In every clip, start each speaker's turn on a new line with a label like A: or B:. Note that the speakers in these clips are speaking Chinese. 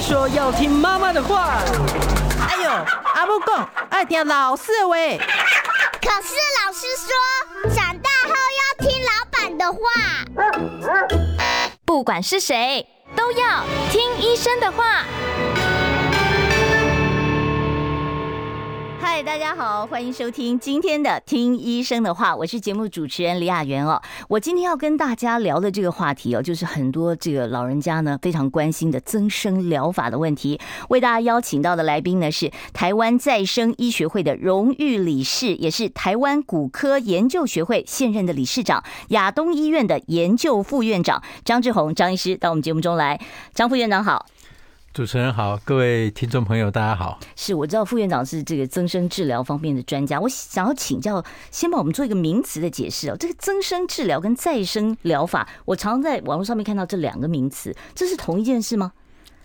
A: 说要听妈妈的话。
B: 哎呦，阿母讲爱听老师的话。
C: 可是老师说，长大后要听老板的话。
D: 不管是谁，都要听医生的话。嗨，大家好，欢迎收听今天的《听医生的话》，我是节目主持人李雅媛哦。我今天要跟大家聊的这个话题哦，就是很多这个老人家呢非常关心的增生疗法的问题。为大家邀请到的来宾呢是台湾再生医学会的荣誉理事，也是台湾骨科研究学会现任的理事长，亚东医院的研究副院长张志宏张医师到我们节目中来。张副院长好。
E: 主持人好，各位听众朋友，大家好。
D: 是我知道副院长是这个增生治疗方面的专家，我想要请教，先帮我们做一个名词的解释哦。这个增生治疗跟再生疗法，我常常在网络上面看到这两个名词，这是同一件事吗？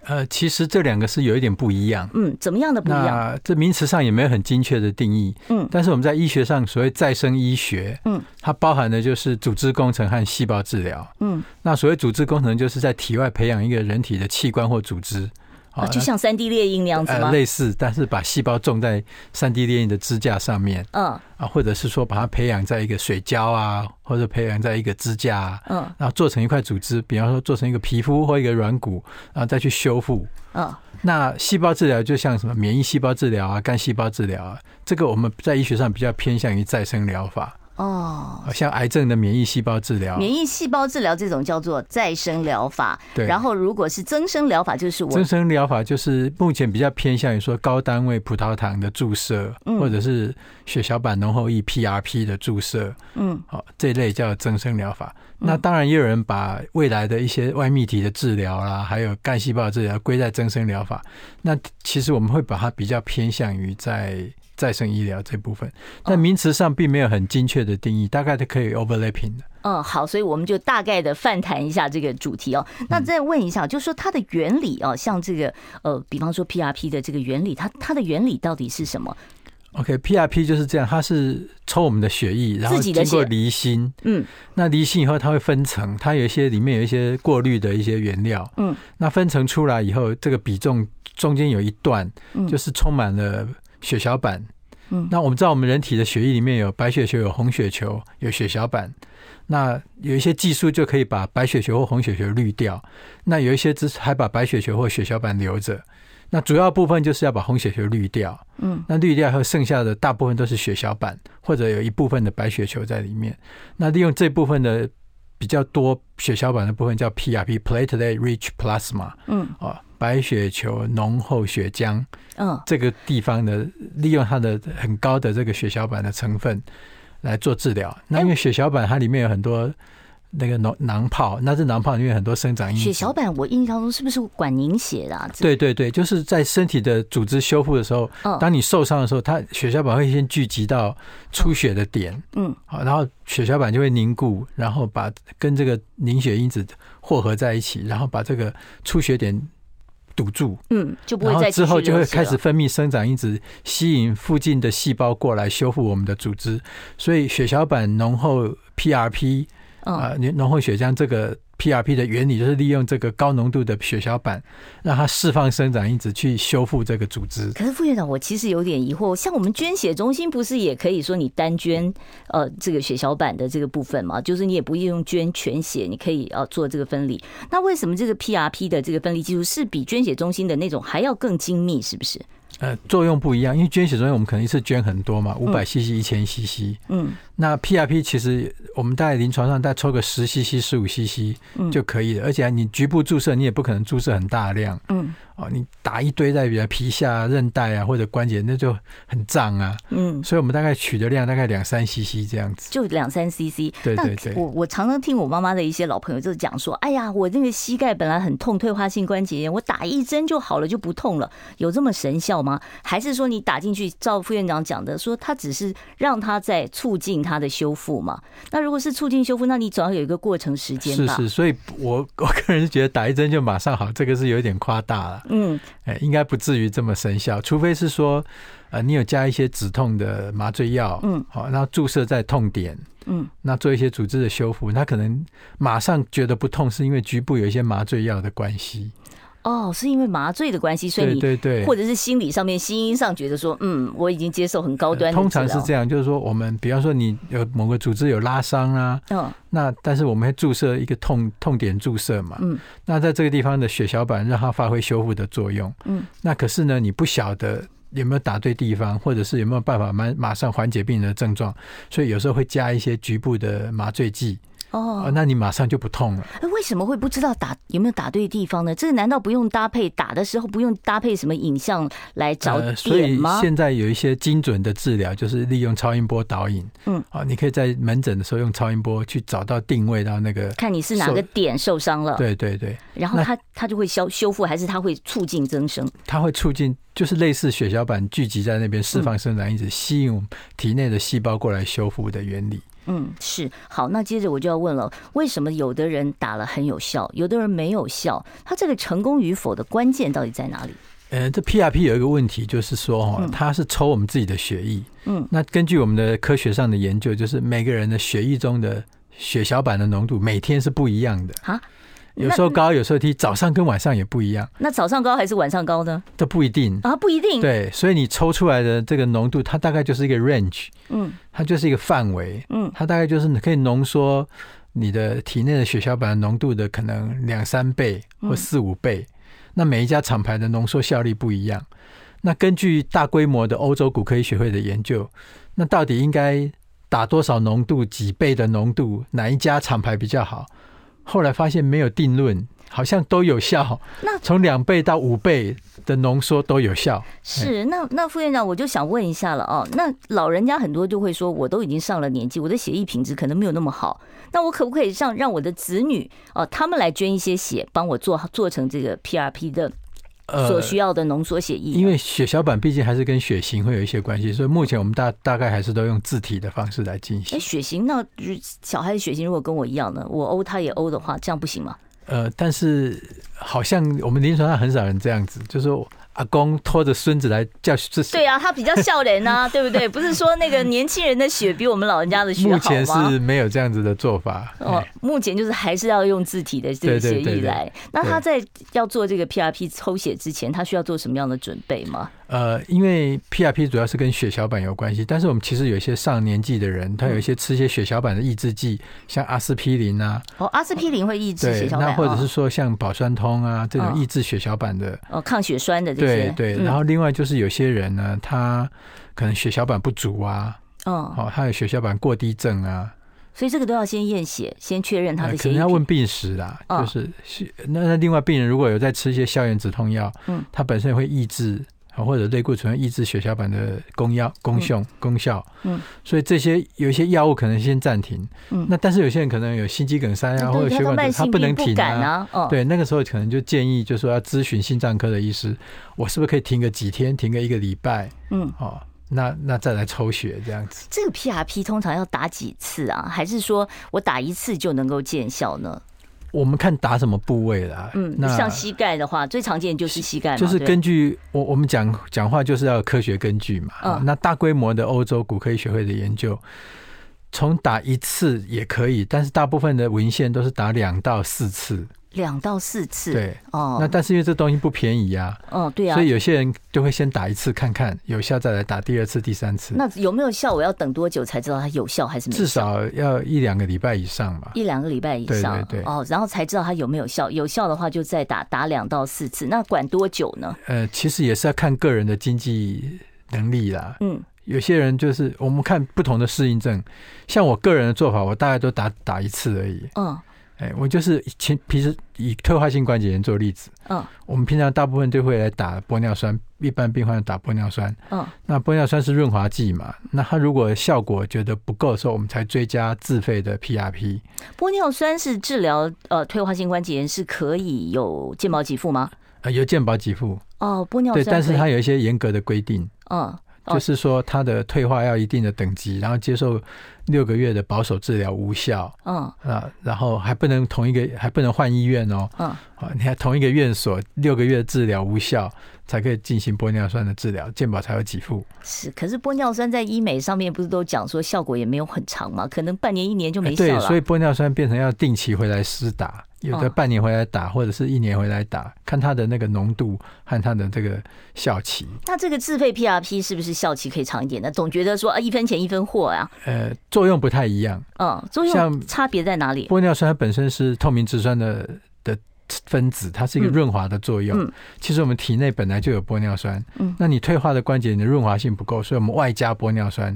E: 呃，其实这两个是有一点不一样。
D: 嗯，怎么样的不一样？
E: 那这名词上也没有很精确的定义，
D: 嗯
E: 但是我们在医学上所谓再生医学，
D: 嗯，
E: 它包含的就是组织工程和细胞治疗。
D: 嗯，
E: 那所谓组织工程，就是在体外培养一个人体的器官或组织，
D: 啊，就像三 D 列印那样子
E: 那呃
D: 吗？
E: 类似，但是把细胞种在三 D 列印的支架上面
D: 嗯
E: 啊，或者是说把它培养在一个水胶啊，或者培养在一个支架、啊，
D: 嗯
E: 然后做成一块组织，比方说做成一个皮肤或一个软骨，然后再去修复。
D: 嗯，
E: 那细胞治疗就像什么免疫细胞治疗啊、干细胞治疗啊，这个我们在医学上比较偏向于再生疗法，
D: 哦。
E: 啊像癌症的免疫细胞治疗，
D: 免疫细胞治疗这种叫做再生疗法，
E: 对
D: 然后如果是增生疗法，就是我
E: 增生疗法就是目前比较偏向于说高单位葡萄糖的注射，
D: 嗯
E: 或者是血小板浓厚液 PRP 的注射，
D: 嗯
E: 好、这一类叫增生疗法。那当然也有人把未来的一些外泌体的治疗啦，还有干细胞治疗归在增生疗法。那其实我们会把它比较偏向于在再生医疗这部分，
D: 哦
E: 但名词上并没有很精确的定义，大概都可以 overlapping 的。
D: 嗯，好，所以我们就大概的泛谈一下这个主题哦。那再问一下，就是说它的原理哦，像这个呃，比方说 PRP 的这个原理，它它的原理到底是什么？
E: OK，PRP、就是这样，它是抽我们的血液，然后
D: 自己的
E: 经过
D: 血
E: 离心，
D: 嗯
E: 那离心以后它会分层，它有一些里面有一些过滤的一些原料，
D: 嗯，
E: 那分层出来以后，这个比重中间有一段
D: 嗯
E: 就是充满了血小板。
D: 嗯
E: 那我们知道我们人体的血液里面有白血球、有红血球、有血小板。那有一些技术就可以把白血球或红血球滤掉，那有一些只还把白血球或血小板留着。那主要部分就是要把红血球滤掉，
D: 嗯，
E: 那滤掉以后剩下的大部分都是血小板，或者有一部分的白血球在里面。那利用这部分的比较多血小板的部分叫 PRP（platelet rich plasma），
D: 嗯
E: 啊、白血球浓厚血浆
D: 嗯
E: 这个地方的利用它的很高的这个血小板的成分来做治疗。
D: 哎
E: 那因为血小板它里面有很多那个囊囊泡，那这囊泡里面有很多生长因子。
D: 血小板我印象中是不是管凝血的、啊？，
E: 对对对，就是在身体的组织修复的时候，
D: 嗯
E: 当你受伤的时候，它血小板会先聚集到出血的点，
D: 嗯，
E: 好，然后血小板就会凝固，然后把跟这个凝血因子和合在一起，然后把这个出血点堵住，
D: 嗯，就不
E: 然
D: 会
E: 后
D: 再
E: 之后就会开始
D: 了
E: 分泌生长因子，吸引附近的细胞过来修复我们的组织。所以血小板浓厚 PRP
D: 嗯
E: 啊、浓厚血浆这个 PRP 的原理就是利用这个高浓度的血小板，让它释放生长因子去修复这个组织。
D: 可是副院长，我其实有点疑惑，像我们捐血中心不是也可以说你单捐呃这个血小板的这个部分嘛？就是你也不用捐全血，你可以呃做这个分离。那为什么这个 PRP 的这个分离技术是比捐血中心的那种还要更精密？是不是？
E: 呃，作用不一样，因为捐血中心我们可能一次捐很多嘛，五百 CC、一千 CC。
D: 嗯
E: 那 PRP 其实我们在临床上再抽个十 CC、十五 CC
D: 嗯
E: 就可以了，而且你局部注射你也不可能注射很大量。
D: 嗯
E: 哦，你打一堆在比如皮下、啊、韧带啊或者关节，那就很胀啊。
D: 嗯，
E: 所以我们大概取的量大概两三 CC 这样子。
D: 就两三 CC。
E: 对
D: 那
E: 对对
D: 我我常常听我妈妈的一些老朋友就讲说，哎呀，我那个膝盖本来很痛，退化性关节炎，我打一针就好了，就不痛了，有这么神效吗？还是说你打进去，照副院长讲的，说它只是让它在促进它的修复嘛？那如果是促进修复，那你总要有一个过程时间
E: 是
D: 吧？
E: 是，所以我 我个人是觉得打一针就马上好，这个是有点夸大了，
D: 嗯
E: 哎，应该不至于这么生效，除非是说，呃，你有加一些止痛的麻醉药，
D: 嗯，
E: 好、那注射在痛点，
D: 嗯
E: 那做一些组织的修复，那可能马上觉得不痛，是因为局部有一些麻醉药的关系，
D: 哦，是因为麻醉的关系，所以你
E: 对对对
D: 或者是心理上面、心因上觉得说，嗯，我已经接受很高端的治疗，
E: 通常是这样，就是说我们比方说你有某个组织有拉伤啊，
D: 嗯，
E: 那但是我们会注射一个痛痛点注射嘛，
D: 嗯，
E: 那在这个地方的血小板让它发挥修复的作用，
D: 嗯，
E: 那可是呢，你不晓得有没有打对地方，或者是有没有办法马马上缓解病人的症状，所以有时候会加一些局部的麻醉剂，
D: 哦
E: 啊，，那你马上就不痛了。
D: 哎为什么会不知道打有没有打对地方呢？这个难道不用搭配打的时候不用搭配什么影像来找
E: 呃，所
D: 点
E: 以
D: 吗？
E: 现在有一些精准的治疗，就是利用超音波导引，
D: 嗯，
E: 啊，你可以在门诊的时候用超音波去找到定位到那个。
D: 看你是哪个点受伤了，
E: 对对对，
D: 然后它它就会消修复，还是它会促进增生？
E: 它会促进，就是类似血小板聚集在那边释放生长因子，吸引我们体内的细胞过来修复的原理。
D: 嗯，是好。那接着我就要问了，为什么有的人打了很有效，有的人没有效？他这个成功与否的关键到底在哪里？
E: 呃，这 PRP 有一个问题，就是说哈、
D: 嗯
E: 它是抽我们自己的血液。
D: 嗯，
E: 那根据我们的科学上的研究，就是每个人的血液中的血小板的浓度每天是不一样的，
D: 啊，
E: 有时候高，有时候低，早上跟晚上也不一样，
D: 那早上高还是晚上高呢？
E: 这不一定。
D: 啊，不一定。，
E: 对，所以你抽出来的这个浓度，它大概就是一个 range，
D: 嗯
E: 它就是一个范围。
D: 嗯
E: 它大概就是可以浓缩你的体内的血小板浓度的可能两三倍或四五倍。那每一家厂牌的浓缩效率不一样。那根据大规模的欧洲骨科医学会的研究，那到底应该打多少浓度、几倍的浓度，哪一家厂牌比较好？后来发现没有定论，好像都有效。
D: 那
E: 从两倍到五倍的浓缩都有效。
D: 是。那那副院长，我就想问一下了哦，那老人家很多就会说，我都已经上了年纪，我的血液品质可能没有那么好，那我可不可以让让我的子女哦，他们来捐一些血，帮我做做成这个 PRP 的
E: 呃
D: 所需要的浓缩血液？啊
E: 因为血小板毕竟还是跟血型会有一些关系，所以目前我们大大概还是都用自体的方式来进
D: 哎，
E: 行。
D: 血型那如小孩的血型如果跟我一样呢，我欧他也欧的话，这样不行吗？
E: 呃，但是好像我们临床上很少人这样子，就是说阿公拖着孙子来叫这是
D: 对啊，他比较笑脸呐、对不对？不是说那个年轻人的血比我们老人家的血好
E: 目
D: 吗？
E: 前是没有这样子的做法。
D: 哦
E: 哎，
D: 目前就是还是要用字体的这个
E: 对对
D: 协
E: 对
D: 议
E: 对
D: 来。那他在要做这个 PRP 抽血之前，他需要做什么样的准备吗？
E: 呃，因为 PRP 主要是跟血小板有关系，但是我们其实有一些上年纪的人，他有
D: 嗯
E: 一些吃一些血小板的抑制剂，像阿司匹林啊，
D: 哦，阿司匹林会抑制
E: 对
D: 血，小板
E: 那
D: 啊，
E: 或者是说像保酸通啊这
D: 哦
E: 种抑制血小板的。
D: 哦抗血栓的这
E: 对
D: 些，
E: 对，
D: 嗯
E: 然后另外就是有些人呢，他可能血小板不足啊，
D: 哦，
E: 哦，他有血小板过低症啊，
D: 所以这个都要先验血，先确认他
E: 呃
D: 的
E: 可
D: 血
E: 能
D: 液
E: 要
D: 品
E: 问病史啦，
D: 嗯
E: 就是是那那另外病人如果有在吃一些消炎止痛药，
D: 嗯，
E: 它本身也会抑制。啊或者类固醇抑制血小板的功效、功效、功效，
D: 嗯，
E: 所以这些有一些药物可能先暂停，
D: 嗯
E: 那但是有些人可能有心肌梗塞啊，或
D: 对
E: 者血
D: 他
E: 管
D: 慢
E: 他
D: 性
E: 不能
D: 病不
E: 停
D: 敢啊，哦，
E: 对，那个时候可能就建议，就是说要咨询心脏科的医师，我是不是可以停个几天，停个一个礼拜，
D: 嗯，
E: 哦，那那再来抽血这样子。
D: 这个 PRP 通常要打几次啊？还是说我打一次就能够见效呢？
E: 我们看打什么部位啦，
D: 嗯，
E: 那
D: 像膝盖的话，最常见就是膝盖嘛，
E: 就是
D: 对
E: 根据我我们讲讲话就是要有科学根据嘛。
D: 嗯
E: 啊那大规模的欧洲骨科医学会的研究，从打一次也可以，但是大部分的文献都是打两到四次。
D: 两到四次，，
E: 对，那
D: 哦，
E: 但是因为这东西不便宜啊，
D: 哦，对啊
E: 所，以有些人就会先打一次看看，有效再来打第二次、第三次。
D: 那有没有效？我要等多久才知道它有效还是没效？
E: 至少要一两个礼拜以上嘛。
D: 一两个礼拜以
E: 对
D: 上，
E: 对对
D: 哦，然后才知道它有没有效。有效的话就再打打两到四次，那管多久呢？
E: 呃，其实也是要看个人的经济能力啦。
D: 嗯，
E: 有些人就是我们看不同的适应症，像我个人的做法，我大概都打打一次而已。
D: 嗯
E: 哎，我就是以前平时以退化性关节炎做例子，
D: 嗯
E: 我们平常大部分都会来打玻尿酸，一般病患打玻尿酸。
D: 嗯，
E: 那玻尿酸是润滑剂嘛？那它如果效果觉得不够的时候，我们才追加自费的 PRP。
D: 玻尿酸是治疗呃退化性关节炎是可以有健保给付吗？
E: 呃，由健保给付，
D: 哦，玻尿
E: 对，
D: 酸
E: 但是
D: 可以
E: 它有一些严格的规定。
D: 嗯。哦
E: 就是说它的退化要一定的等级，然后接受六个月的保守治疗无效
D: 嗯
E: 啊，然后还不能同一个还不能换医院哦，
D: 嗯，
E: 啊，你还同一个院所六个月治疗无效才可以进行玻尿酸的治疗，健保才有给付。
D: 是。可是玻尿酸在医美上面不是都讲说效果也没有很长嘛，可能半年一年就没效
E: 哎对，
D: 了。
E: 所以玻尿酸变成要定期回来施打，有的
D: 嗯
E: 半年回来打，或者是一年回来打，看它的那个浓度和它的这个效期。
D: 那这个自费 PRP 是不是效期可以长一点呢？总觉得说啊，一分钱一分货啊，
E: 呃，作用不太一样。
D: 嗯，作
E: 像
D: 用差别在哪里？
E: 玻尿酸它本身是透明质酸的的分子，它是一个
D: 嗯
E: 润滑的作用。
D: 嗯
E: 其实我们体内本来就有玻尿酸，
D: 嗯
E: 那你退化的关节，你的润滑性不够，所以我们外加玻尿酸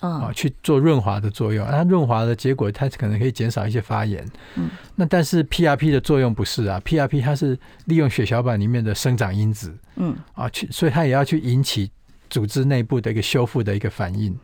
E: 啊、
D: 嗯
E: 去做润滑的作用。它润滑的结果，它可能可以减少一些发炎。
D: 嗯，
E: 那但是 PRP 的作用不是啊，PRP 它是利用血小板里面的生长因子
D: 嗯
E: 啊，去所以它也要去引起组织内部的一个修复的一个反应。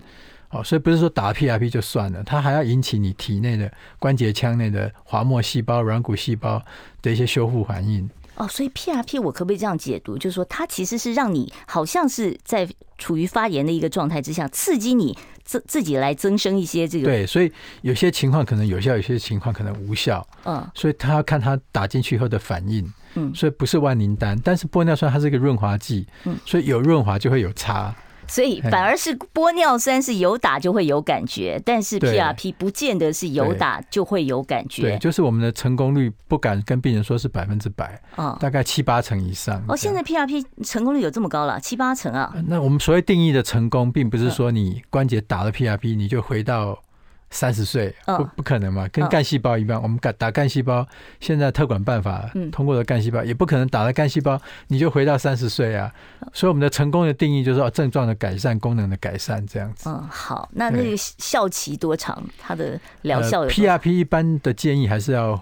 E: 哦，所以不是说打 PRP 就算了，它还要引起你体内的关节腔内的滑膜细胞、软骨细胞的一些修复反应。
D: 哦，所以 PRP 我可不可以这样解读，就是说它其实是让你好像是在处于发炎的一个状态之下，刺激你自自己来增生一些这个，
E: 对，所以有些情况可能有效，有些情况可能无效。
D: 嗯
E: 所以它要看它打进去后的反应，
D: 嗯，
E: 所以不是万灵丹，但是玻尿酸它是一个润滑剂，
D: 嗯
E: 所以有润滑就会有差，
D: 所以反而是玻尿酸是有打就会有感觉，但是
E: 对
D: PRP 不见得是有打就会有感
E: 对，
D: 觉，
E: 就是我们的成功率不敢跟病人说是百分之百，
D: 嗯。
E: 大概七八成以上。
D: 哦，现
E: 这
D: 在
E: 样
D: PRP 成功率有这么高了，七八成啊，
E: 呃那我们所谓定义的成功，并
D: 嗯
E: 不是说你关节打了 PRP 你就回到。三十岁
D: 嗯
E: 不不可能嘛，跟
D: 嗯
E: 干细胞一样，我们打打干细胞，现在特管办法
D: 嗯
E: 通过的干细胞，也不可能打了干细胞你就回到三十岁啊。
D: 嗯
E: 所以我们的成功的定义就是说哦症状的改善、功能的改善这样子。
D: 嗯，好，那那
E: 对
D: 个效期多长？它的疗效
E: 呃
D: 有多少
E: PRP 一般的建议还是要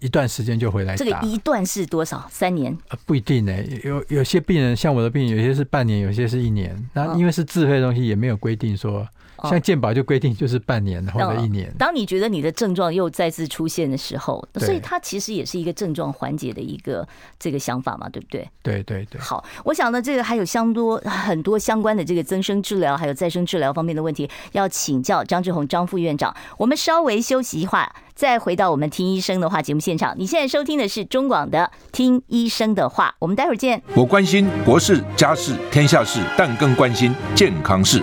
E: 一段时间就回来打，
D: 这个一段是多少？三年？
E: 呃不一定呢、有有些病人像我的病人，有些是半年，有些是一年。那
D: 哦
E: 因为是自费的东西，也没有规定说，
D: 哦
E: 像健保就规定就是半年或
D: 嗯
E: 者一年。
D: 当你觉得你的症状又再次出现的时候，
E: 对
D: 所以它其实也是一个症状缓解的一个这个想法嘛，对不对？
E: 对对对，
D: 好，我想呢，这个还有相多很多相关的这个增生治疗还有再生治疗方面的问题，要请教张志宏张副院长。我们稍微休息一会儿，再回到我们听医生的话节目现场。你现在收听的是中广的《听医生的话》，我们待会儿见。
F: 我关心国事、家事、天下事，但更关心健康事。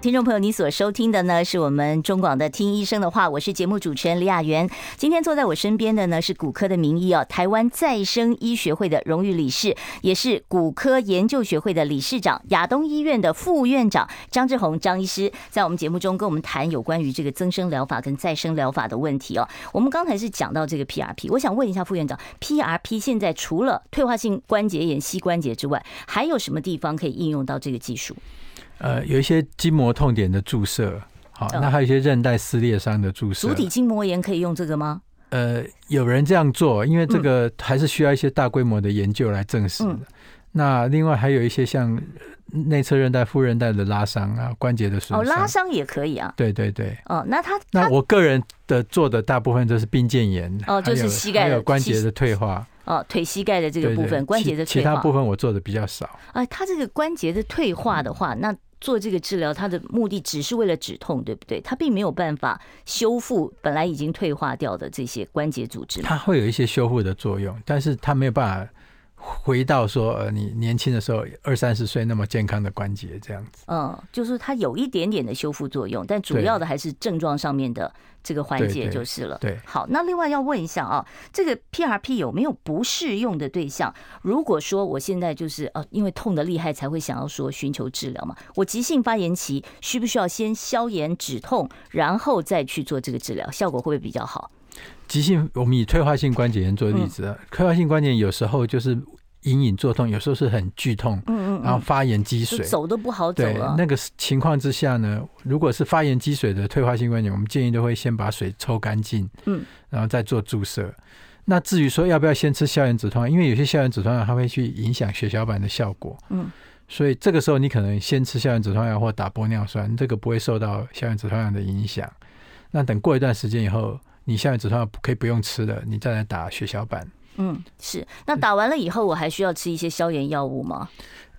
D: 听众朋友，你所收听的呢是我们中广的《听医生的话》，我是节目主持人李雅媛。今天坐在我身边的呢是骨科的名医哦，台湾再生医学会的荣誉理事，也是骨科研究学会的理事长，亚东医院的副院长张志宏张医师，在我们节目中跟我们谈有关于这个增生疗法跟再生疗法的问题哦。我们刚才是讲到这个 PRP，我想问一下副院长，PRP 现在除了退化性关节炎、膝关节之外，还有什么地方可以应用到这个技术？
E: 呃，有一些筋膜痛点的注射，好，
D: 嗯
E: 那还有一些韧带撕裂伤的注射
D: 足。底筋膜炎可以用这个吗？
E: 呃，有人这样做，因为这个还是需要一些大规模的研究来证实的。
D: 嗯
E: 那另外还有一些像内侧韧带、副韧带的拉伤啊，关节的损伤。
D: 哦，拉伤也可以啊。
E: 对对对。
D: 哦，那他
E: 那
D: 他
E: 我个人的做的大部分都是髌腱炎，
D: 哦
E: 还
D: 就
E: 有
D: 是膝盖的
E: 还有关节的退化
D: 哦，腿膝盖的这
E: 这
D: 个部分关节的
E: 其
D: 退
E: 他
D: 化
E: 部，分我做的比较少。
D: 哎，他这个关节的退化的
E: 嗯
D: 话，那做这个治疗，它的目的只是为了止痛，对不对？它并没有办法修复本来已经退化掉的这些关节组织嘛。
E: 它会有一些修复的作用，但是它没有办法回到说呃你年轻的时候二三十岁那么健康的关节这样子。
D: 嗯，就是它有一点点的修复作用，但主
E: 对
D: 要的还是症状上面的这个缓
E: 对
D: 解
E: 对
D: 就是了。
E: 对
D: 好，那另外要问一下啊，这个 PRP 有没有不适用的对象？如果说我现在就是呃，因为痛的厉害才会想要说寻求治疗嘛，我急性发炎期需不需要先消炎止痛，然后再去做这个治疗，效果会不会比较好？
E: 急性，我们以退化性关节炎做例子
D: 嗯
E: 啊，退化性关节炎有时候就是隐隐作痛，有时候是很剧痛，
D: 嗯嗯
E: 然后
D: 嗯，
E: 发炎积
D: 就
E: 水。
D: 走都不好走
E: 对
D: 了，。
E: 那个情况之下呢，如果是发炎积水的退化性关节，我们建议都会先把水抽干净，
D: 嗯，
E: 然后再做注射。那至于说要不要先吃消炎止痛药，因为有些消炎止痛药它会去影响血小板的效果，
D: 嗯，
E: 所以这个时候你可能先吃消炎止痛药或打玻尿酸，这个不会受到消炎止痛药的影响。那等过一段时间以后，你消炎止痛药可以不用吃了，你再来打血小板。
D: 嗯，是。那打完了以后，我还需要吃一些消炎药物吗？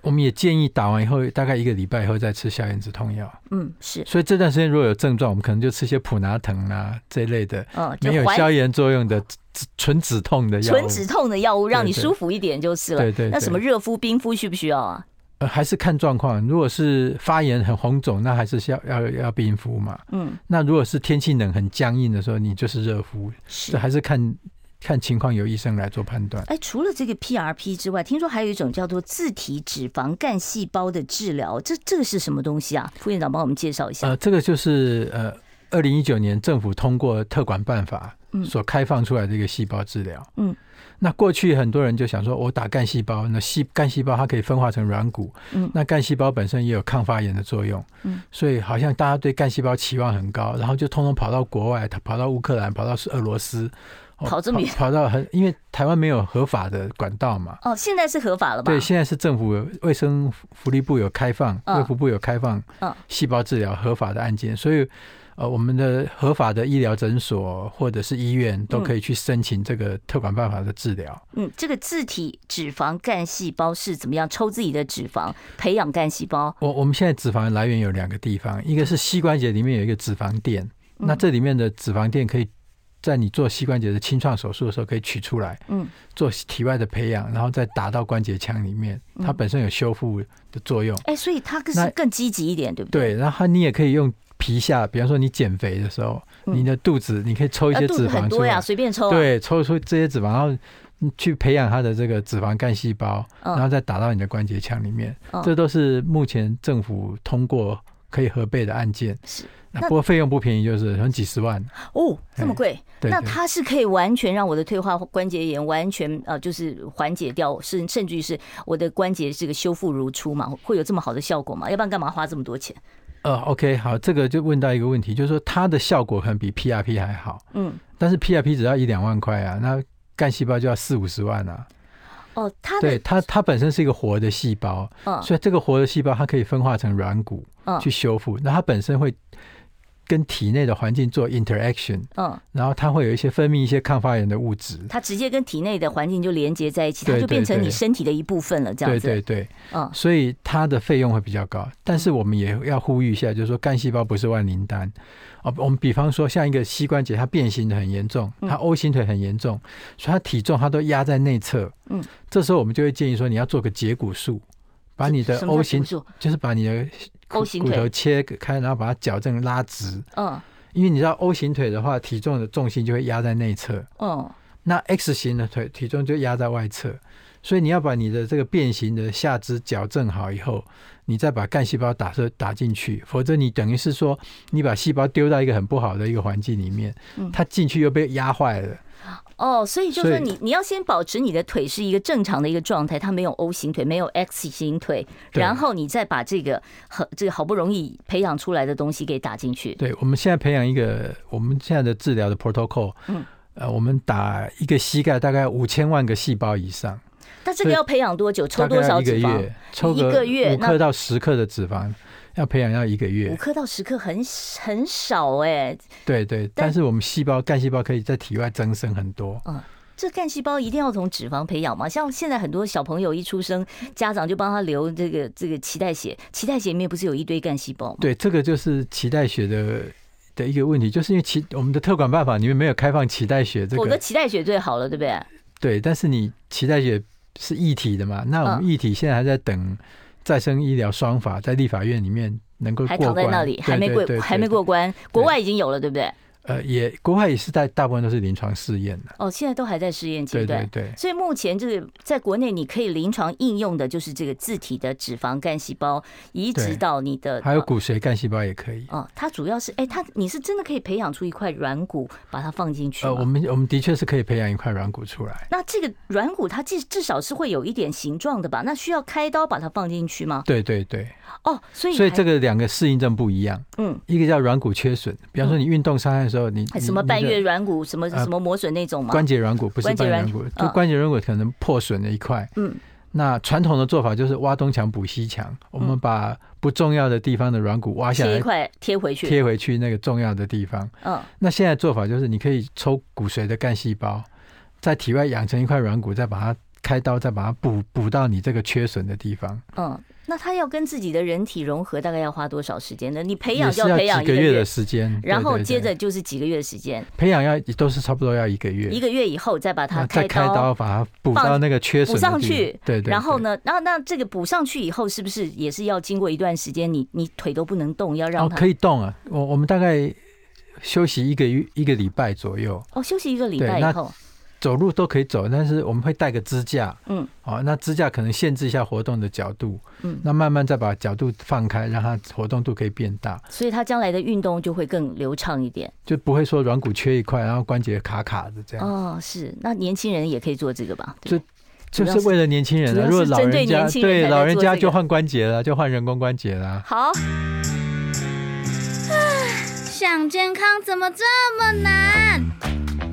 E: 我们也建议打完以后，大概一个礼拜以后再吃消炎止痛药。
D: 嗯，是。
E: 所以这段时间如果有症状，我们可能就吃一些普拿疼啊这一类的
D: 嗯，就
E: 没有
D: 缓
E: 消炎作用的只只纯止痛的药物。
D: 纯止痛的药物，让你
E: 对对
D: 舒服一点就是了。
E: 对对对
D: 那什么热敷、冰敷需不需要啊？
E: 呃，还是看状况。如果是发炎很红肿，那还是要要要冰敷嘛。
D: 嗯，
E: 那如果是天气冷很僵硬的时候，你就是热敷，
D: 是
E: 这。还是看看情况，由医生来做判断。
D: 哎，除了这个 PRP 之外，听说还有一种叫做自体脂肪干细胞的治疗，这这个是什么东西啊？副院长帮我们介绍一下。
E: 呃，这个就是呃，二零一九年政府通过特管办法
D: 嗯
E: 所开放出来的一个细胞治疗。
D: 嗯，
E: 那过去很多人就想说，我打干细胞，那细干细胞它可以分化成软骨，
D: 嗯
E: 那干细胞本身也有抗发炎的作用，
D: 嗯，
E: 所以好像大家对干细胞期望很高，然后就通通跑到国外，跑到乌克兰，跑到俄罗斯，哦
D: 跑这么远
E: 跑到很，因为台湾没有合法的管道嘛，
D: 哦，现在是合法了吧？
E: 对，现在是政府有卫生福利部有开放，
D: 嗯
E: 卫福部有开放
D: 嗯
E: 细胞治疗合法的案件，所以呃，我们的合法的医疗诊所或者是医院都可以去申请这个特管办法的治疗。
D: 嗯，这个自体脂肪干细胞是怎么样抽自己的脂肪培养干细胞？
E: 我我们现在脂肪的来源有两个地方，一个
D: 嗯
E: 是膝关节里面有一个脂肪垫，那这里面的脂肪垫可以在你做膝关节的清创手术的时候可以取出来，
D: 嗯，
E: 做体外的培养，然后再打到关节腔里面，它
D: 嗯
E: 本身有修复的作用。
D: 哎，所以它更
E: 那
D: 是更积极一点，对不对？
E: 对，然后你也可以用皮下，比方说你减肥的时候，
D: 嗯
E: 你的肚子你可以抽一
D: 呃
E: 些
D: 肚
E: 脂
D: 子
E: 肪
D: 很
E: 出
D: 多
E: 来，
D: 呀，随便抽、啊。，
E: 对，抽出这些脂肪，然后你去培养它的这个脂肪干细胞，
D: 嗯
E: 然后再打到你的关节腔里面，
D: 嗯
E: 这都是目前政府通过可以核备的案件。
D: 是
E: 那
D: 那
E: 不过费用不便宜，就是可能几十万。
D: 哦，这么贵。
E: 对
D: 那
E: 对
D: 它是可以完全让我的退化关节炎完全呃，就是缓解掉，甚甚至于是我的关节这个修复如初嘛，会有这么好的效果吗？要不然干嘛花这么多钱？
E: 呃，OK，好，这个就问到一个问题，就是说它的效果可能比 PRP 还好，
D: 嗯，
E: 但是 PRP 只要一两万块啊，那干细胞就要四五十万啊。
D: 哦，它
E: 对
D: 的
E: 它，它本身是一个活的细胞，
D: 嗯
E: 所以这个活的细胞它可以分化成软骨
D: 嗯
E: 去修复，那它本身会跟体内的环境做 interaction，
D: 嗯，
E: 然后它会有一些分泌一些抗发炎的物质。
D: 它直接跟体内的环境就连接在一起，它
E: 对
D: 就变成
E: 对
D: 你
E: 对
D: 身体的一部分了，这样
E: 对
D: 子。
E: 对对，
D: 嗯
E: 所以它的费用会比较高，但是我们也要呼吁一下，就是说干细胞不是万灵丹哦。我们比方说像一个膝关节，它变形的很严重，
D: 嗯
E: 它 O 型腿很严重，所以它体重它都压在内侧。
D: 嗯，
E: 这时候我们就会建议说，你要做个截骨术，把你的
D: 什么叫
E: O 型
D: 手术
E: 就是把你的骨
D: O 型
E: 骨
D: 腿
E: 头切开，然后把它矫正拉直。
D: 嗯
E: 因为你知道 O 型腿的话，体重的重心就会压在内侧，
D: 嗯
E: 那 X 型的腿体重就压在外侧，所以你要把你的这个变形的下肢矫正好以后，你再把干细胞打射打进去，否则你等于是说你把细胞丢到一个很不好的一个环境里面，
D: 嗯
E: 它进去又被压坏了。
D: 哦，所以就
E: 所
D: 说
E: 以
D: 你你要先保持你的腿是一个正常的一个状态，它没有 O 型腿，没有 X 型腿，
E: 对
D: 然后你再把这个很这个好不容易培养出来的东西给打进去。
E: 对，我们现在培养一个我们现在的治疗的 protocol，
D: 嗯，
E: 呃，我们打一个膝盖大概五千万个细胞以上。
D: 那这个
E: 所以
D: 要培养多久？抽
E: 大概
D: 多
E: 要
D: 少
E: 一个
D: 脂肪
E: 月？，抽
D: 一个月
E: 五
D: 那
E: 克到十克的脂肪，要培养要一个
D: 五
E: 月。
D: 克到十克很很少哎、
E: 对对，
D: 但
E: 但是我们细胞干细胞可以在体外增生很多。
D: 这干细胞一定要从脂肪培养吗？像现在很多小朋友一出生，家长就帮他留这个这个脐带血，脐带血里面不是有一堆干细胞吗？
E: 对，这个就是脐带血的的一个问题，就是因为脐我们的特管办法里面没有开放脐带血这
D: 否则
E: 个，
D: 脐带血最好了，对不对？
E: 对，但是你脐带血是一体的嘛，那我
D: 嗯
E: 们一体现在还在等再生医疗双法在立法院里面能够
D: 还
E: 过
D: 躺在
E: 关，
D: 那里，
E: 对
D: 还没
E: 对
D: 过
E: 对
D: 还没
E: 对
D: 过关，国外已经有了，对不对？
E: 呃，也国外也是在大部分都是临床试验的，
D: 哦，现在都还在试验阶
E: 对对
D: 段。
E: 对。
D: 所以目前这个在国内你可以临床应用的就是这个自体的脂肪干细胞移植
E: 对
D: 到你的
E: 还有骨髓干细胞也可以，
D: 哦，它主要是哎，它你是真的可以培养出一块软骨，把它放进去
E: 呃，
D: 吗？
E: 我们我们的确是可以培养一块软骨出来。
D: 那这个软骨它至至少是会有一点形状的吧？那需要开刀把它放进去吗？
E: 对对对，
D: 哦，所以
E: 所以
D: 还
E: 这个两个适应症不一样，
D: 嗯
E: 一个叫软骨缺损，比方说你运动伤害的时候，你你
D: 哎什么
E: 你
D: 半
E: 的
D: 月软骨，什么
E: 呃
D: 什么磨损那种吗？
E: 关节软骨不是
D: 关节
E: 半月
D: 软
E: 软骨
D: 骨，
E: 就
D: 嗯
E: 关节软骨可能破损了一块。
D: 嗯，
E: 那传统的做法就是挖东墙补西墙，我们把不重要的地方的软骨挖下
D: 切一
E: 来，
D: 块贴回去，
E: 贴回去那个重要的地方。
D: 嗯，
E: 那现在做法就是，你可以抽骨髓的干细胞，在体外养成一块软骨，再把它开刀，再把它补补到你这个缺损的地方，
D: 嗯，那它要跟自己的人体融合，大概要花多少时间呢？你培
E: 也
D: 养
E: 是
D: 就培养
E: 几
D: 一
E: 个
D: 个
E: 月的时间。
D: 然
E: 对
D: 后
E: 对对
D: 接着就是几个月的时间，
E: 培养要都是差不多要一个月，
D: 一个月以后再把它
E: 那啊再开刀把它补到那个缺损
D: 补
E: 的地方
D: 上去，
E: 对对。
D: 然后
E: 对？哦
D: 呢，那那这个补上去以后，是不是也是要经过一段时间？你你腿都不能动，要让
E: 哦，
D: 它
E: 可以动啊，我我们大概休息一个月一个礼拜左右，
D: 哦休息一个礼
E: 对
D: 拜
E: 那
D: 以后，
E: 走路都可以走，但是我们会带个支架，
D: 嗯，
E: 哦，那支架可能限制一下活动的角度，
D: 嗯
E: 那慢慢再把角度放开，让它活动度可以变大，
D: 所以它将来的运动就会更流畅一点。
E: 就不会说软骨缺一块，然后关节卡卡的这样。
D: 哦，是，那年轻人也可以做这个吧？对
E: 这就是为了年轻人
D: 主
E: 啊，
D: 要是
E: 如果老
D: 针对
E: 人家
D: 年轻人才在
E: 老人
D: 做
E: 家
D: 这个
E: 就换关节了，就换人工关节了。
D: 好，
C: 想健康怎么这么难？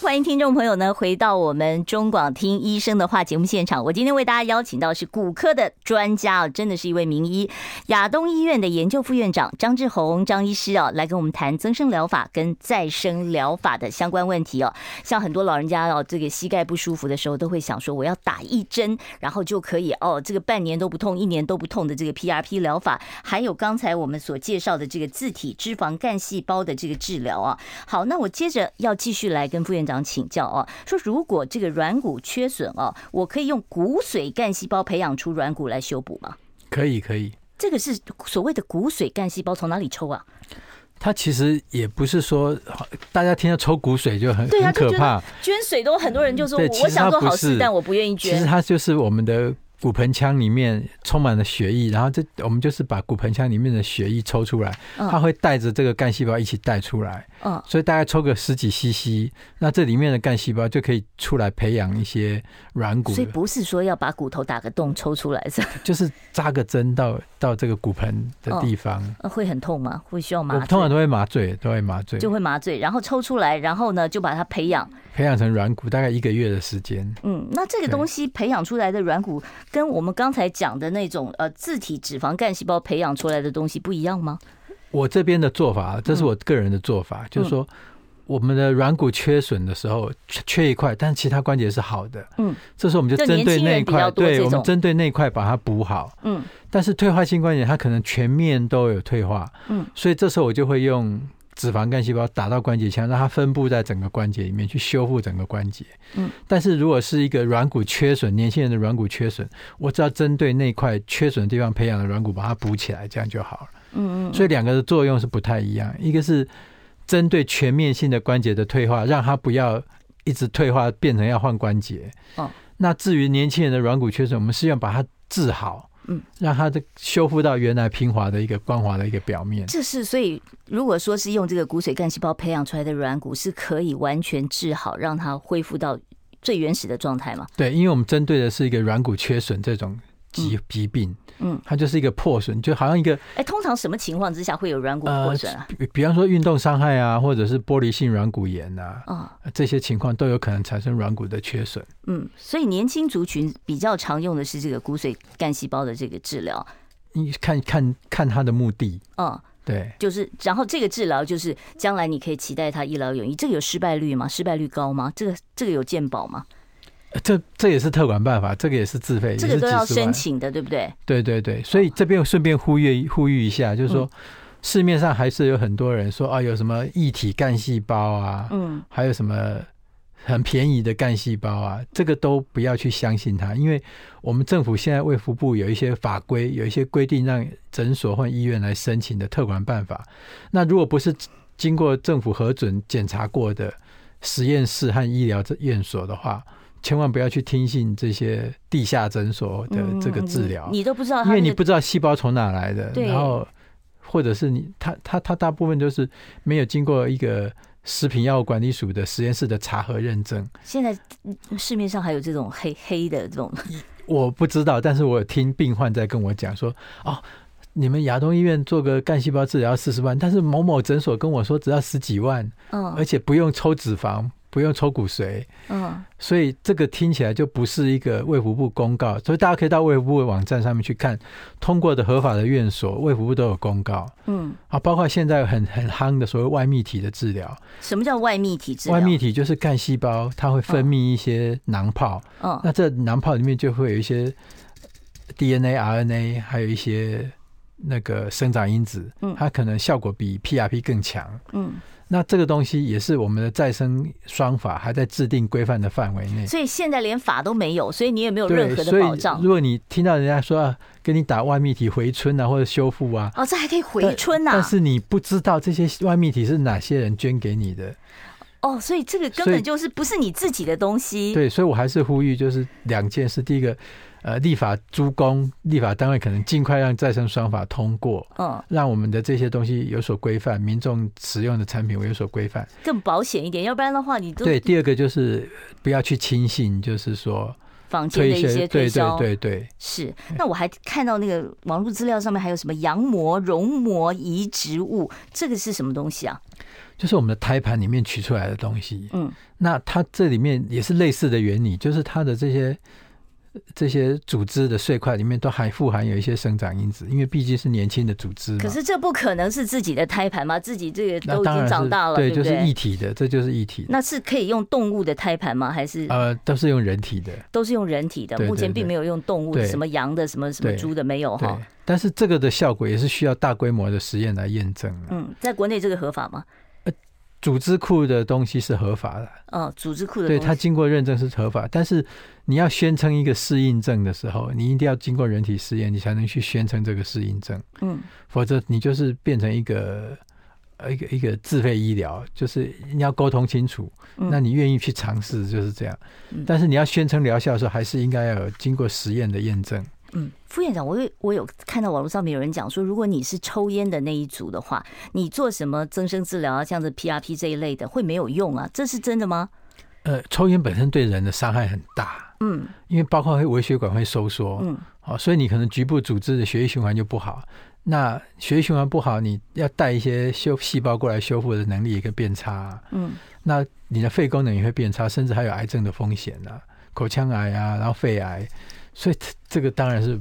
D: 欢迎听众朋友呢回到我们中广听医生的话节目现场。我今天为大家邀请到是骨科的专家哦，真的是一位名医，亚东医院的研究副院长张志宏张医师哦，来跟我们谈增生疗法跟再生疗法的相关问题哦。像很多老人家哦，这个膝盖不舒服的时候，都会想说我要打一针，然后就可以哦，这个半年都不痛，一年都不痛的这个 PRP 疗法，还有刚才我们所介绍的这个自体脂肪干细胞的这个治疗啊。好，那我接着要继续来跟副院长请教哦，说如果这个软骨缺损哦，我可以用骨髓干细胞培养出软骨来修补吗？
E: 可以可以，
D: 这个是所谓的骨髓干细胞从哪里抽啊？
E: 它其实也不是说大家听到抽骨髓 就很
D: 对啊
E: 很可
D: 就觉得
E: 怕，
D: 捐水都很多人就说
E: 对
D: 我
E: 其
D: 我
E: 实
D: 想
E: 它
D: 做好
E: 不
D: 事
E: 是，
D: 但我不愿意
E: 其实
D: 捐。
E: 它就是我们的骨盆腔里面充满了血液，然后这我们就是把骨盆腔里面的血液抽出来，
D: 嗯
E: 它会带着这个干细胞一起带出来，
D: 嗯
E: 所以大概抽个十几 CC，那这里面的干细胞就可以出来培养一些软骨
D: 所，以不是说要把骨头打个洞抽出来是吧，
E: 就是扎个针到到这个骨盆的地方，
D: 呃会很痛吗？会需要
E: 我
D: 麻
E: 们通常
D: 醉？
E: 都会麻醉，都会麻醉，
D: 就会麻醉，然后抽出来，然后呢就把它培养。
E: 培养成软骨，大概一个月的时间。
D: 嗯，那这个
E: 对
D: 东西培养出来的软骨，跟我们刚才讲的那种呃自体脂肪干细胞培养出来的东西不一样吗？
E: 我这边的做法，
D: 嗯
E: 这是我个人的做法，就是说，我们的软骨缺损的时候缺缺一块，但其他关节是好的，
D: 嗯，
E: 这时候我们就
D: 就
E: 针
D: 年
E: 对
D: 轻人
E: 那一
D: 比较
E: 块，
D: 多这
E: 对，
D: 种
E: 我们针对那一块把它补好。
D: 嗯，
E: 但是退化性关节它可能全面都有退化，
D: 嗯，
E: 所以这时候我就会用脂肪干细胞打到关节腔，让它分布在整个关节里面去修复整个关节。
D: 嗯，
E: 但是如果是一个软骨缺损，年轻人的软骨缺损，我只要针对那块缺损的地方培养的软骨把它补起来，这样就好了。
D: 嗯嗯
E: 所以两个的作用是不太一样，一个是针对全面性的关节的退化，让它不要一直退化变成要换关节。
D: 哦，
E: 那至于年轻人的软骨缺损，我们是要把它治好，
D: 嗯，
E: 让它的修复到原来平滑的一个光滑的一个表面。
D: 这是所以如果说是用这个骨髓干细胞培养出来的软骨，是可以完全治好，让它恢复到最原始的状态吗？
E: 对，因为我们针对的是一个软骨缺损这种疾疾病，
D: 嗯，
E: 它就是一个破损，就好像一个呃
D: 哎，通常什么情况之下会有软骨破损啊？
E: 比比方说运动伤害啊，或者是玻璃性软骨炎啊，
D: 哦，
E: 这些情况都有可能产生软骨的缺损。
D: 嗯，所以年轻族群比较常用的是这个骨髓干细胞的这个治疗，
E: 你看看看它的目的，
D: 嗯，
E: 对。
D: 就是，然后这个治疗就是将来你可以期待它一劳永逸。这个有失败率吗？失败率高吗？这个这个有鉴保吗？
E: 呃这这也是特管办法，这个也是自费，
D: 这
E: 也
D: 个
E: 是
D: 都要
E: 几十万
D: 申。请的，对不对？
E: 对对对，所以这边顺便呼吁呼吁一下，就是说、
D: 嗯
E: 市面上还是有很多人说啊，有什么一体干细胞啊，
D: 嗯，
E: 还有什么很便宜的干细胞啊，这个都不要去相信它，因为我们政府现在卫福部有一些法规，有一些规定让诊所或医院来申请的特管办法。那如果不是经过政府核准检查过的实验室和医疗院所的话，千万不要去听信这些地下诊所的这个治疗
D: 嗯，你都不知道他
E: 因
D: 那个，
E: 为你不知道细胞从哪来的，
D: 对
E: 然后或者是你他他他大部分都是没有经过一个食品药物管理署的实验室的查核认证，
D: 现在嗯市面上还有这种黑黑的这种，
E: 我不知道，但是我有听病患在跟我讲说，哦，你们亚东医院做个干细胞治疗四十万，但是某某诊所跟我说只要十几万，而
D: 嗯
E: 且不用抽脂肪，不用抽骨髓，
D: 嗯，
E: 所以这个听起来就不是一个卫福部公告，所以大家可以到卫福部的网站上面去看，通过的合法的院所，卫福部都有公告
D: 嗯，
E: 啊，包括现在很很夯的所谓外泌体的治疗，
D: 什么叫外泌体治疗？
E: 外泌，体就是干细胞，它会分泌一些囊泡，
D: 嗯
E: 那这囊泡里面就会有一些 DNA、RNA，还有一些那个生长因子
D: 嗯，
E: 它可能效果比 PRP 更强。
D: 嗯，
E: 那这个东西也是我们的再生双法还在制定规范的范围内。
D: 所以现在连法都没有，所以你也没有任
E: 对，
D: 何
E: 所
D: 的
E: 以
D: 保障
E: 如。果你听到人家说、啊、给你打外泌体回春啊，或者修复啊，
D: 哦，这还可以回春呐、
E: 但是你不知道这些外泌体是哪些人捐给你的。
D: 哦，所以这个根
E: 所
D: 本
E: 以
D: 就是不是你自己的东西。
E: 对，所以我还是呼吁，就是两件事：第一个，呃，立法诸公，立法单位可能尽快让再生双法通过，
D: 嗯，
E: 让我们的这些东西有所规范，民众使用的产品我有所规范。
D: 更保险一点，要不然的话，你都
E: 对，第二个就是呃不要去轻信，就是说
D: 坊间
E: 推
D: 的一些推
E: 对
D: 销。
E: 对对对，
D: 是，
E: 嗯
D: 那我还看到那个网络资料上面还有什么羊膜、绒膜移植物，这个是什么东西啊？
E: 就是我们的胎盘里面取出来的东西。
D: 嗯，
E: 那它这里面也是类似的原理，就是它的这些。这些组织的碎块里面都还富含有一些生长因子，因为毕竟是年轻的组织嘛。
D: 可是这不可能是自己的胎盘吧？自己这个
E: 那
D: 都已
E: 当
D: 经
E: 然是
D: 长大了，
E: 对，
D: 不
E: 就是一
D: 对？
E: 体的，这就是一体的。
D: 那是可以用动物的胎盘吗？还是
E: 呃，都是用人体的，
D: 都是用人体的？
E: 对
D: 目
E: 对
D: 前并
E: 对
D: 没有用动物的，
E: 对
D: 什么羊的、什么什么
E: 对
D: 猪的没有
E: 对
D: 哈。。
E: 但是这个的效果也是需要大规模的实验来验证的。
D: 嗯，在国内这个合法吗？
E: 组织库的东西是合法的，
D: 嗯，组织库的
E: 对
D: 东
E: 它
D: 西
E: 经过认证是合法，但是你要宣称一个适应症的时候，你一定要经过人体试验，你才能去宣称这个适应症，
D: 嗯
E: 否则你就是变成一个。呃一个一个自费医疗，就是你要沟通清楚，
D: 嗯
E: 那你愿意去尝试就是这样
D: 嗯。
E: 但是你要宣称疗效的时候，还是应该要有经过实验的验证。
D: 嗯，副院长，我有我有看到网络上面有人讲说，如果你是抽烟的那一组的话，你做什么增生治疗啊，像是 PRP 这一类的会没有用啊，这是真的吗？
E: 呃，抽烟本身对人的伤害很大，
D: 嗯
E: 因为包括会微血管会收缩，
D: 嗯，
E: 好、所以你可能局部组织的血液循环就不好。那血液循环不好，你要带一些修细胞过来修复的能力也会变差，
D: 嗯，
E: 那你的肺功能也会变差，甚至还有癌症的风险啊，口腔癌啊，然后肺癌，所以这这个当然是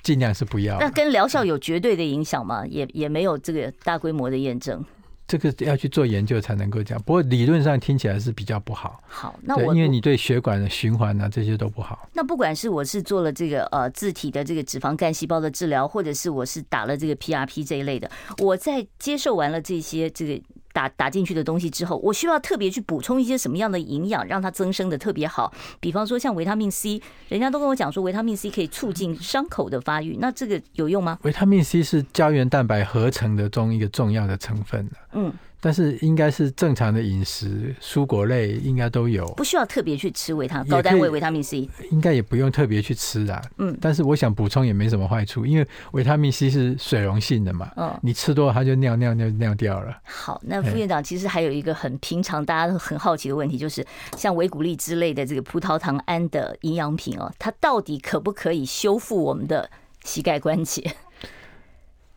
E: 尽量是不要
D: 那。跟疗效有绝对的影响吗？也也没有这个大规模的验证。
E: 这个要去做研究才能够讲，不过理论上听起来是比较不好，
D: 好，那
E: 对
D: 我，
E: 因为你对血管的循环啊这些都不好。
D: 那不管是我是做了这个呃自体的这个脂肪干细胞的治疗，或者是我是打了这个 PRP 这一类的，我在接受完了这些这个打打进去的东西之后，我需要特别去补充一些什么样的营养，让它增生的特别好。比方说像维他命 C，人家都跟我讲说维他命 C 可以促进伤口的发育，那这个有用吗？
E: 维他命 C 是胶原蛋白合成的中一个重要的成分了
D: 嗯，
E: 但是应该是正常的饮食，蔬果类应该都有，
D: 不需要特别去吃维他
E: 也
D: 高单
E: 可
D: 位
E: 以
D: 维他命 C。
E: 应该也不用特别去吃啊。
D: 嗯
E: 但是我想补充也没什么坏处，因为维他命 C 是水溶性的嘛，
D: 嗯，
E: 你吃多了它就尿尿尿尿掉了。
D: 好，那
E: 哎
D: 副院长其实还有一个很平常大家都很好奇的问题，就是像维骨力之类的这个葡萄糖胺的营养品哦，它到底可不可以修复我们的膝盖关节？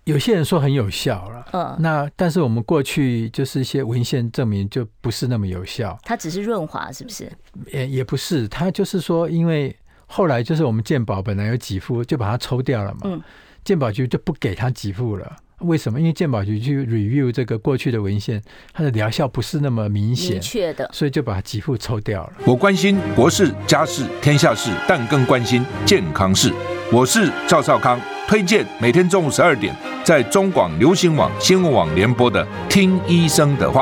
E: 有些人说很有效了，
D: 嗯
E: 那但是我们过去就是一些文献证明就不是那么有效，
D: 它只是润滑，是不是？
E: 也也不是，它就是说因为。后来就是我们健保本来有几副，就把它抽掉了嘛。
D: 嗯
E: 健保局就不给他给付了。为什么？因为健保局去 review 这个过去的文献，它的疗效不是那么明
D: 明
E: 显，
D: 确的。
E: 所以就把给付抽掉了。
F: 我关心国事、家事、天下事，但更关心健康事。我是赵少康，推荐每天中午十二点在中广流行网、新闻网联播的《听医生的话》。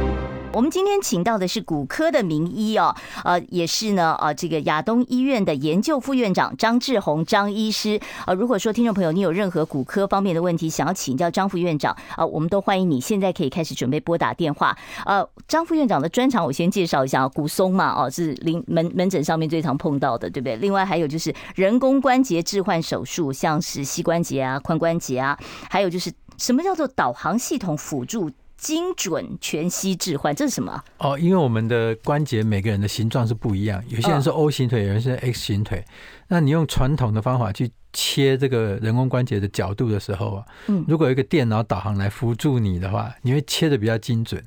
D: 我们今天请到的是骨科的名医哦，呃，也是呢，呃，这个亚东医院的研究副院长张志宏张医师。呃，如果说听众朋友你有任何骨科方面的问题想要请教张副院长，呃，我们都欢迎你，现在可以开始准备拨打电话。呃，张副院长的专长我先介绍一下啊，骨松嘛，哦，是临门门诊上面最常碰到的，对不对？另外还有就是人工关节置换手术，像是膝关节啊、髋关节啊，还有就是什么叫做导航系统辅助精准全息置换，这是什么啊？
E: 哦，因为我们的关节每个人的形状是不一样，有些
D: 嗯
E: 人是 O 型腿，有人是 X 型腿。那你用传统的方法去切这个人工关节的角度的时候啊，
D: 嗯
E: 如果有一个电脑导航来辅助你的话，你会切的比较精准。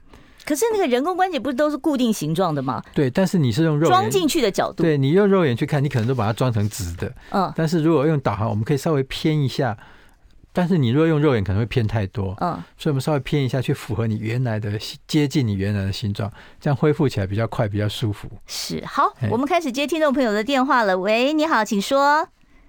D: 可是那个人工关节不是都是固定形状的吗？
E: 对，但是你是用肉
D: 装
E: 眼，
D: 进去的角度，
E: 对你用肉眼去看，你可能都把它装成直的。
D: 嗯
E: 但是如果用导航，我们可以稍微偏一下，但是你如果用肉眼可能会偏太多，
D: 嗯，
E: 所以我们稍微偏一下去符合你原来的形接近你原来的形状，这样恢复起来比较快，比较舒服。
D: 是好
E: 哎，
D: 我们开始接听众朋友的电话了。喂，你好，请说。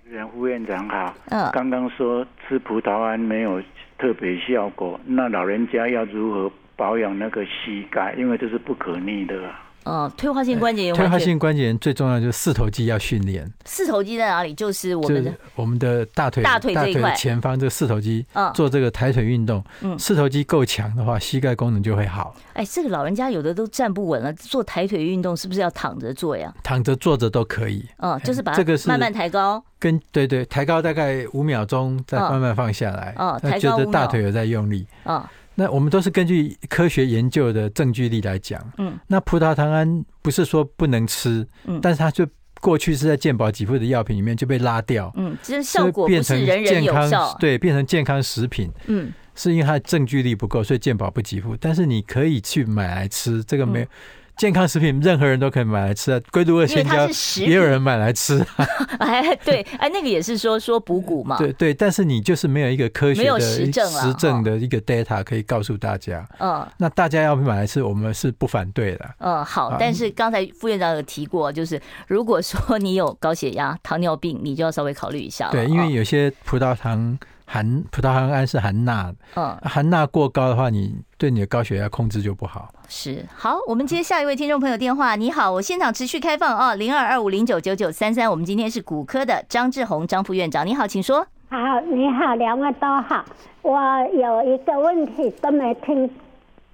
G: 任副院长好，
D: 嗯
G: 刚刚说吃葡萄胺没有特别效果，那老人家要如何保养那个膝盖？因为这是不可逆的啊。
D: 嗯，退化性关节炎完
E: 退
D: 全，
E: 化性关节炎最重要就是四头肌要训练，
D: 四头肌在哪里？就是我
E: 就
D: 们
E: 是
D: 的
E: 我们的大腿
D: 大腿这一块
E: 的前方这个四头肌
D: 嗯，
E: 做这个抬腿运动
D: 嗯，
E: 四头肌够强的话，膝盖功能就会好。
D: 哎，这个老人家有的都站不稳了，做抬腿运动是不是要躺着做呀？
E: 躺着坐着都可以，
D: 嗯，就是把它
E: 哎这个是
D: 慢慢抬高。
E: 跟对对抬高大概五秒钟，再慢慢放下来
D: 嗯嗯，
E: 那
D: 抬
E: 觉
D: 高
E: 得
D: 5
E: 大
D: 秒
E: 腿有在用力。
D: 嗯
E: 那我们都是根据科学研究的证据力来讲，
D: 嗯，
E: 那葡萄糖胺不是说不能吃，
D: 嗯
E: 但是它就过去是在健保给付的药品里面就被拉掉，
D: 嗯，这效
E: 就
D: 果
E: 变
D: 不是
E: 成
D: 人人
E: 健
D: 有
E: 康
D: 效啊。
E: 对，变成健康食品，
D: 嗯，
E: 是因为它的证据力不够，所以健保不给付。但是你可以去买来吃，这个没有、
D: 嗯
E: 健康食品，任何人都可以买来吃啊，龟鹿二
D: 因为
E: 仙
D: 它
E: 胶
D: 是食
E: 也有
D: 品。
E: 人买来吃，
D: 哎，对，哎，那个也是说说补骨嘛。
E: 对对，但是你就是没有一个科学
D: 没有
E: 的
D: 实证啦
E: 实证的一个 data 可以告诉大家。
D: 嗯
E: 那大家要买来吃，我们是不反对的。
D: 嗯，好
E: 啊。
D: 但是刚才副院长有提过，就是如果说 你有高血压、糖尿病，你就要稍微考虑一下了。
E: 对，因为
D: 哦
E: 有些葡萄糖含葡萄糖胺是含钠的，
D: 嗯
E: 含钠过高的话，你对你的高血压控制就不好。
D: 是好，我们接下一位听众朋友电话。你好，我现场持续开放哦，零二二五零九九九三三。我们今天是骨科的张志宏张副院长，你好，请说。
H: 好，你好，两位都好。我有一个问题都没听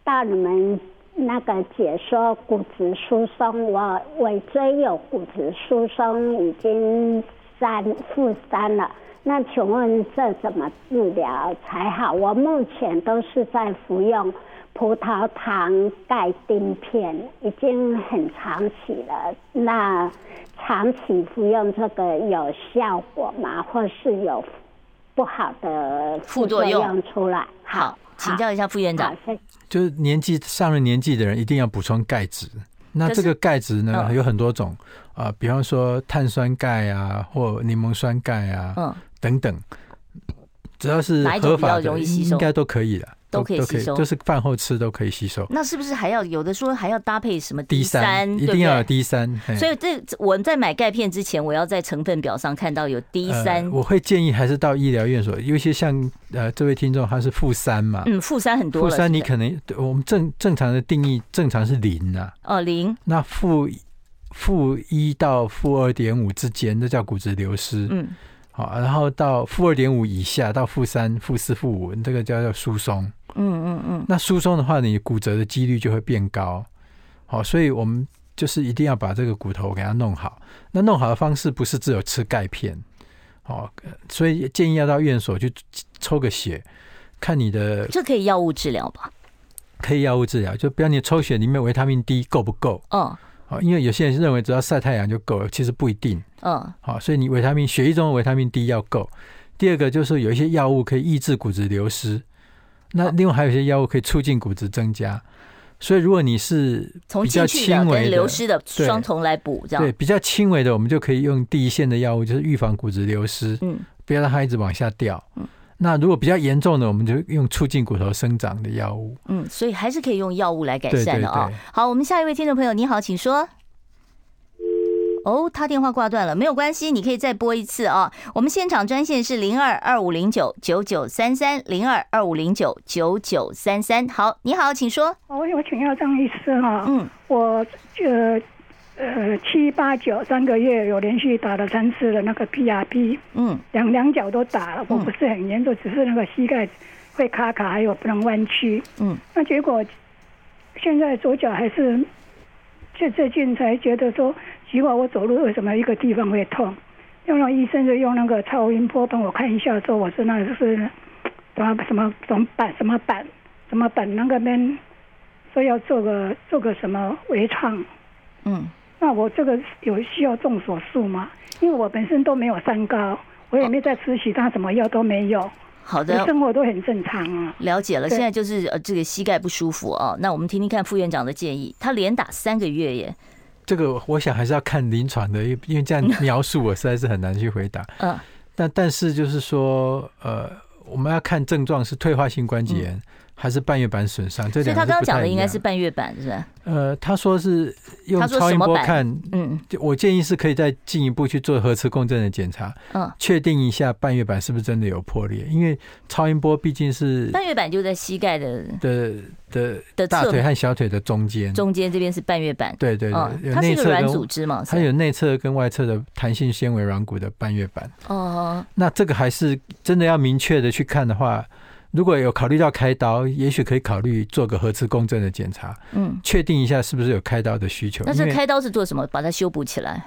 H: 到你们那个解说骨质疏松，我尾椎有骨质疏松，已经三负三了。那请问这怎么治疗才好？我目前都是在服用葡萄糖钙锭片，已经很长期了。那长期服用这个有效果吗？或是有不好的
D: 副
H: 副
D: 作
H: 作
D: 用
H: 用出来？
D: 好，请教一下副院
H: 好
D: 长。，
H: 谢谢。
E: 就是年纪上了年纪的人一定要补充钙质。那
D: 可是
E: 这个钙质呢，
D: 嗯
E: 有很多种啊、呃比方说碳酸钙啊，或柠檬酸钙啊，
D: 嗯，
E: 等等，只要是
D: 哪一种
E: 合
D: 比较
E: 法
D: 容
E: 的，
D: 易吸收
E: 应该都可以的，
D: 都可以吸收
E: 就是饭后吃都可以吸收。
D: 那是不是还要有的说还要搭配什么
E: D
D: 三？
E: 三
D: 对
E: 一
D: 不
E: 定要有
D: 对？
E: D 三，嘿
D: 所以这我在买钙片之前，我要在成分表上看到有 D
E: 呃
D: 三、
E: 我会建议还是到医疗院所，尤其像呃这位听众他是负三嘛，
D: 嗯，负三很多
E: 负
D: 了。
E: 三你
D: 是不是
E: 可能对我们正正常的定义正常是零啊，
D: 哦零，
E: 那负负一到负二点五之间，那叫骨质流失。
D: 嗯
E: 好，然后到负二点五以下，到负三、负四、负五，这个叫做疏松。
D: 嗯嗯嗯，
E: 那疏松的话，你骨折的几率就会变高。好，所以我们就是一定要把这个骨头给它弄好。那弄好的方式不是只有吃钙片，哦，呃所以建议要到院所去抽个血，看你的
D: 这可以药物治疗吧？
E: 可以药物治疗，就比方你抽血里面维他命 D 够不够？
D: 嗯
E: 哦，因为有些人认为只要晒太阳就够了，其实不一定。
D: 嗯
E: 好，所以你维他命血液中的维他命 D 要够。第二个就是有一些药物可以抑制骨质流失，那另外还有一些药物可以促进骨质增加。所以如果你是
D: 从
E: 比较
D: 进去的
E: 轻微
D: 跟
E: 的
D: 流，失的
E: 对
D: 双重来补，这
E: 对
D: 样。
E: 比较轻微的，我们就可以用第一线的药物，就是预防骨质流失，
D: 嗯，
E: 不要让它一直往下掉。那如果比较严重的，我们就用促进骨头生长的药物。
D: 嗯，所以还是可以用药物来改
E: 对
D: 善
E: 对
D: 的啊、
E: 对
D: 好，我们下一位听众朋友，你好，请说。哦，他电话挂断了，没有关系，你可以再拨一次啊。我们现场专线是零二二五零九九九三三零二二五零九九九三三。好，你好，请说。
I: 哦我我请教张医师哈、
D: 嗯，
I: 我呃呃七八九三个月有连续打了三次的那个 PRP，
D: 嗯
I: 两两脚都打了，我不是很严重，只是那个膝盖会卡卡，还有不能弯曲。
D: 嗯，
I: 那结果现在左脚还是，这最近才觉得说，奇怪，我走路为什么一个地方会痛？用了医生就用那个超音波帮我看一下，说我是那是什么什么什么板什么板什么板那个边，说要做个做个什么微创。
D: 嗯，
I: 那我这个有需要动手术吗？因为我本身都没有三高，我也没在吃其他什么药都没有，
D: 好
I: 我
D: 的。
I: 生活都很正常啊。
D: 了解了，
I: 对
D: 现在就是呃这个膝盖不舒服哦，那我们听听看副院长的建议。他连打三个月耶，
E: 这个我想还是要看临床的，因为因为这样描述我实在是很难去回答。
D: 嗯
E: 但但是就是说，呃，我们要看症状是退化性关节炎、还是半月板损伤，这
D: 嗯所以
E: 两
D: 他刚
E: 个是
D: 刚
E: 不
D: 讲
E: 太
D: 的
E: 一
D: 应
E: 样
D: 该是。半月板是吧？
E: 呃，他说是用
D: 他说
E: 超
D: 什
E: 音
D: 么
E: 波
D: 板
E: 看，
D: 嗯
E: 就我建议是可以再进一步去做核磁共振的检查，
D: 嗯，
E: 确定一下半月板是不是真的有破裂，因为超音波毕竟是
D: 半月板就在膝盖的
E: 的的
D: 的
E: 大
D: 侧
E: 腿和小腿的中间，
D: 中间这边是半月板，
E: 对对
D: 嗯，
E: 对，有
D: 它是一
E: 内
D: 个
E: 侧
D: 软组
E: 跟
D: 织嘛，
E: 它有内侧跟外侧的弹性纤维软骨的半月板。
D: 哦，
E: 那这个还是真的要明确的去看的话，如果有考虑到开刀，也许可以考虑做个核磁共振的检查，
D: 嗯，
E: 确定一下是不是有开刀的需求。
D: 那
E: 因
D: 这
E: 为
D: 开刀是做什么？把它修补起来，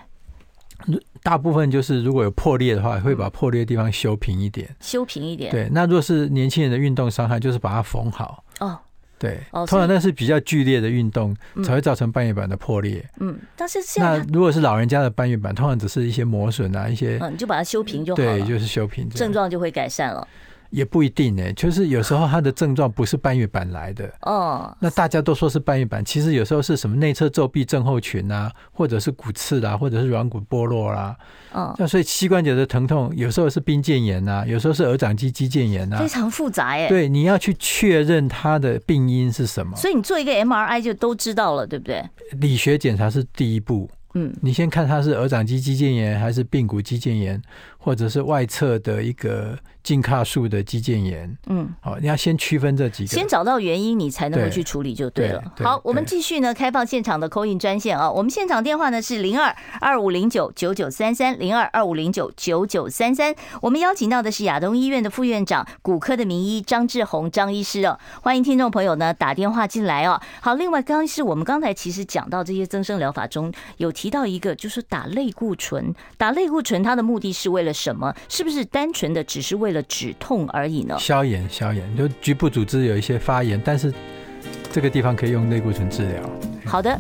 E: 大部分就是如果有破裂的话，会
D: 嗯
E: 把破裂的地方修平一点。
D: 修平一点。，
E: 对，那若是年轻人的运动伤害，就是把它缝好。
D: 哦，
E: 对，
D: 哦
E: 通
D: 所以
E: 常那是比较剧烈的运动
D: 嗯
E: 才会造成半月板的破裂。
D: 嗯，但是现
E: 那
D: 在它
E: 如果是老人家的半月板，通常只是一些磨损啊，一些、
D: 嗯，你就把它修平就好
E: 对，
D: 了，
E: 就是修平这样
D: 症状就会改善了。
E: 也不一定呢、就是有时候它的症状不是半月板来的，
D: 哦，
E: 那大家都说是半月板，其实有时候是什么内侧皱壁症候群啊，或者是骨刺啦、或者是软骨剥落啦、
D: 嗯，
E: 那所以膝关节的疼痛有时候是髌腱炎啊，有时候是鹅掌肌肌腱炎啊
D: 非。常复杂耶。，
E: 对，你要去确认它的病因是什么。
D: 所以你做一个 MRI 就都知道了，对不对？
E: 理学检查是第一步，
D: 嗯，
E: 你先看它是鹅掌肌肌腱炎，还是髌骨肌腱炎，或者是外侧的一个胫胯束的肌腱炎。
D: 嗯，
E: 好、你要先区分这几个。
D: 先找到原因，你才能够去处理就对了。
E: 对对
D: 好，我们
E: 对
D: 继续呢，开放现场的扣印专线啊，我们现场电话呢是零二二五零九九九三三零二二五零九九九三三。我们邀请到的是亚东医院的副院长、骨科的名医张志宏张医师哦，欢迎听众朋友呢打电话进来哦。好，另外刚刚是我们刚才其实讲到这些增生疗法中有提到一个，就是打类固醇，打类固醇它的目的是为了什么？是不是单纯的只是为了止痛而已呢？
E: 消炎，消炎，就局部组织有一些发炎，但是这个地方可以用类固醇治疗。
D: 好的，